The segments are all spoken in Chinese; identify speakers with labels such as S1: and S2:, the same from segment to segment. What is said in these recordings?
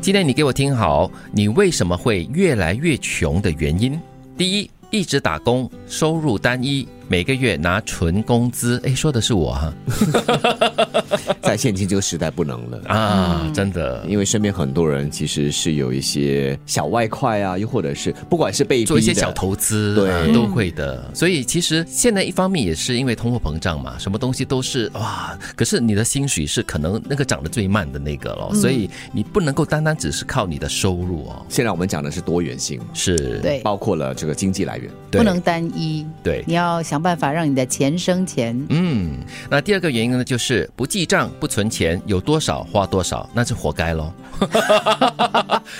S1: 今天你给我听好，你为什么会越来越穷的原因？第一，一直打工，收入单一，每个月拿纯工资。诶，说的是我哈
S2: 在现今这个时代不能了。
S1: 啊，真的
S2: 嗯因为身边很多人其实是有一些小外快啊，又或者是不管是被逼
S1: 做一些
S2: 的
S1: 小投资，
S2: 对
S1: 啊都会的。所以其实现在一方面也是因为通货膨胀嘛，什么东西都是哇，可是你的薪水是可能那个涨得最慢的那个咯，
S2: 嗯
S1: 所以你不能够单单只是靠你的收入哦，
S2: 现在我们讲的是多元性，
S1: 是
S3: 对
S2: 包括了这个经济来源。
S1: 对
S3: 不能单一，
S1: 对
S3: 你。要想办法让你的钱生钱。
S1: 嗯，那第二个原因呢，就是不记账、不存钱，有多少花多少，那是活该喽。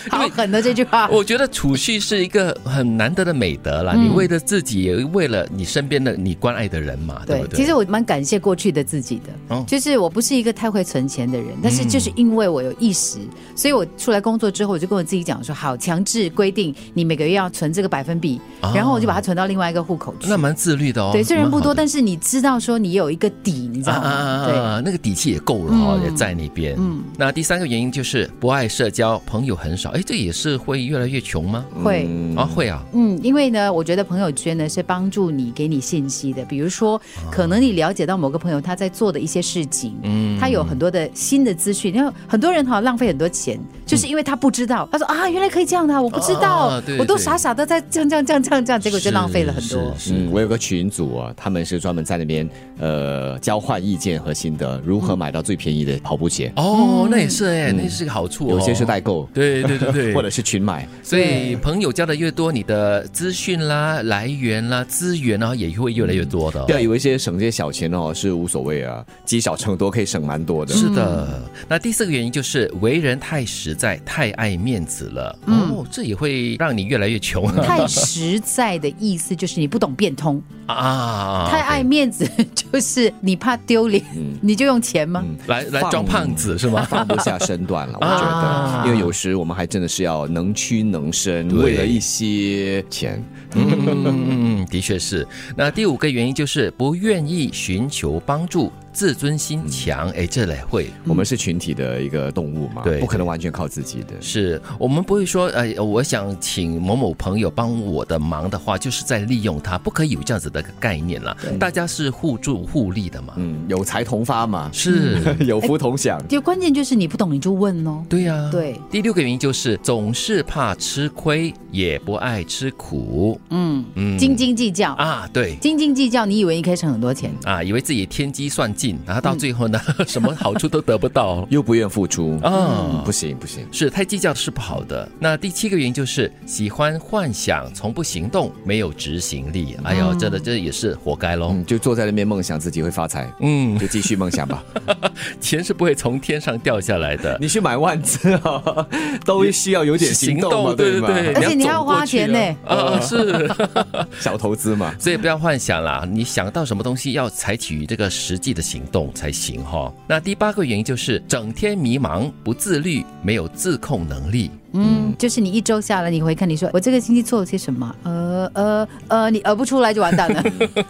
S3: 好狠的这句话，
S1: 我觉得储蓄是一个很难得的美德啦，你为了自己，也为了你身边的你关爱的人嘛，对
S3: 对
S1: 不对？
S3: 其实我蛮感谢过去的自己的，
S1: 哦嗯
S3: 就是我不是一个太会存钱的人，但是就是因为我有意识，所以我出来工作之后，我就跟我自己讲说，好，强制规定你每个月要存这个百分比，
S1: 啊
S3: 然后我就把它存到另外一个户口去。
S1: 那蛮自律的哦。
S3: 对，虽然不多，
S1: 蛮好的啊
S3: 但是你知道说你有一个底，你知道吗？对。，
S1: 那个底气也够了哈，
S3: 嗯
S1: 也在那边。那第三个原因就是不爱社交，朋友很少。哎，这也是会越来越穷吗？
S3: 会
S2: 嗯
S1: 啊，会啊，
S3: 嗯，因为呢，我觉得朋友圈呢是帮助你给你信息的，比如说，
S1: 啊
S3: 可能你了解到某个朋友他在做的一些事情，
S1: 嗯，
S3: 他有很多的新的资讯，然后很多人哈浪费很多钱，就是因为他不知道，他说啊原来可以这样的啊，我不知道，
S1: 啊对
S3: 我都
S1: 对
S3: 傻傻的在这样这样这样这样这样，结果就浪费了很多。
S1: 是是是
S2: 嗯，我有个群组啊，他们是专门在那边呃交换意见和心得，如何买到最便宜的跑步鞋，
S1: 哦，那也是哎，那也是个好处哦。
S2: 有些是代购，
S1: 对对对对，
S2: 或者是群买。
S1: 所以朋友交的越多，你的资讯啦、来源啦、资源啊，也会越来越多的哦。
S2: 对啊，有一些省这些小钱哦，是无所谓啊，积少成多可以省蛮多的。
S1: 是的，
S3: 嗯
S1: 那第四个原因就是为人太实在、太爱面子了。哦，这也会让你越来越穷啊
S3: 嗯太实在的意思就是你不懂变通，
S1: 啊！
S3: 太爱面子就是你怕丢脸，你就用钱吗？
S2: 嗯
S1: 来来
S2: 放
S1: 装胖子是吗？
S2: 放不下身段 了，我觉
S1: 啊
S2: 得，因为有时我们还真的是要能屈能伸，
S1: 对
S2: 为了一些钱，
S1: 嗯，的确是。那第五个原因就是不愿意寻求帮助，自尊心
S3: 嗯
S1: 强。哎，这类会
S2: 我们是群体的一个动物嘛，
S1: 对
S2: 不可能完全靠自己的。
S1: 是我们不会说，呃，我想请某某朋友帮我的忙的话，就是在利用他，不可以有这样子的概念啦。大家是互助互利的 嘛。
S2: 嗯，有财同发嘛，
S1: 是，哎
S2: 有福同享。
S3: 就关键就是你不懂你就问哦。
S1: 对呀、
S3: 对。
S1: 第六个原因就是总是怕吃亏，也不爱吃苦。
S3: 嗯，
S1: 嗯
S3: 斤斤计较，
S1: 啊，对。
S3: 斤斤计较，你以为你可以省很多钱？
S1: 啊，以为自己天机算尽，然后到最 后呢，什么好处都得不到
S2: 又不愿付出，
S3: 嗯
S2: 嗯
S1: 啊。
S2: 不行不行，
S1: 是太计较是不好的。那第七个原因就是喜欢幻想，从不行动，没有执行力。哎
S3: 啊
S1: 呦，真的这也是活该喽。
S2: 嗯，就坐在那边梦想自己会发财，
S1: 嗯，
S2: 就继续 梦想吧。
S1: 钱是不会从天上掉下来的。
S2: 你去买万字啊， 都需要有点行动嘛，
S1: 对
S2: 吧？
S1: 对，
S3: 而 且你还要
S1: 走过
S3: 花
S1: 去
S3: 钱呢
S1: 啊，是，
S2: 小投资嘛。
S1: 所以不要幻想啦，你想到什么东西要采取这个实际的行动才行哈、那第八个原因就是整天迷茫、不自律、没有自控能力。
S3: 嗯，就是你一周下来，你回看，你说我这个星期做了些什么？呃呃呃，你呃不出来就完蛋了。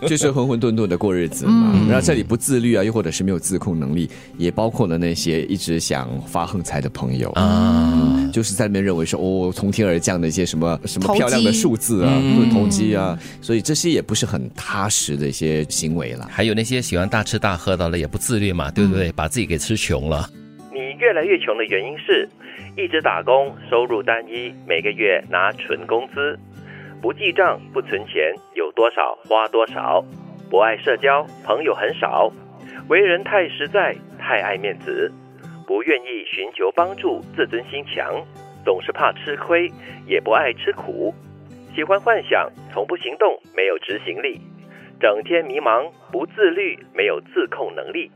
S2: 就是浑浑沌沌的过日子嘛。
S3: 嗯
S2: 然后这里不自律啊，又或者是没有自控能力，也包括了那些一直想发横财的朋友啊，就是在那边认为说哦，从天而降的一些什么什么
S3: 投机
S2: 漂亮的数字啊，对投机啊，所以这些也不是很踏实的一些行为啦。
S1: 还有那些喜欢大吃大喝的了，也不自律嘛，对不对？把自己给吃穷了。
S4: 嗯你越来越穷的原因是，一直打工，收入单一，每个月拿纯工资，不记账，不存钱，有多少花多少，不爱社交，朋友很少，为人太实在，太爱面子，不愿意寻求帮助，自尊心强，总是怕吃亏，也不爱吃苦，喜欢幻想，从不行动，没有执行力，整天迷茫，不自律，没有自控能力。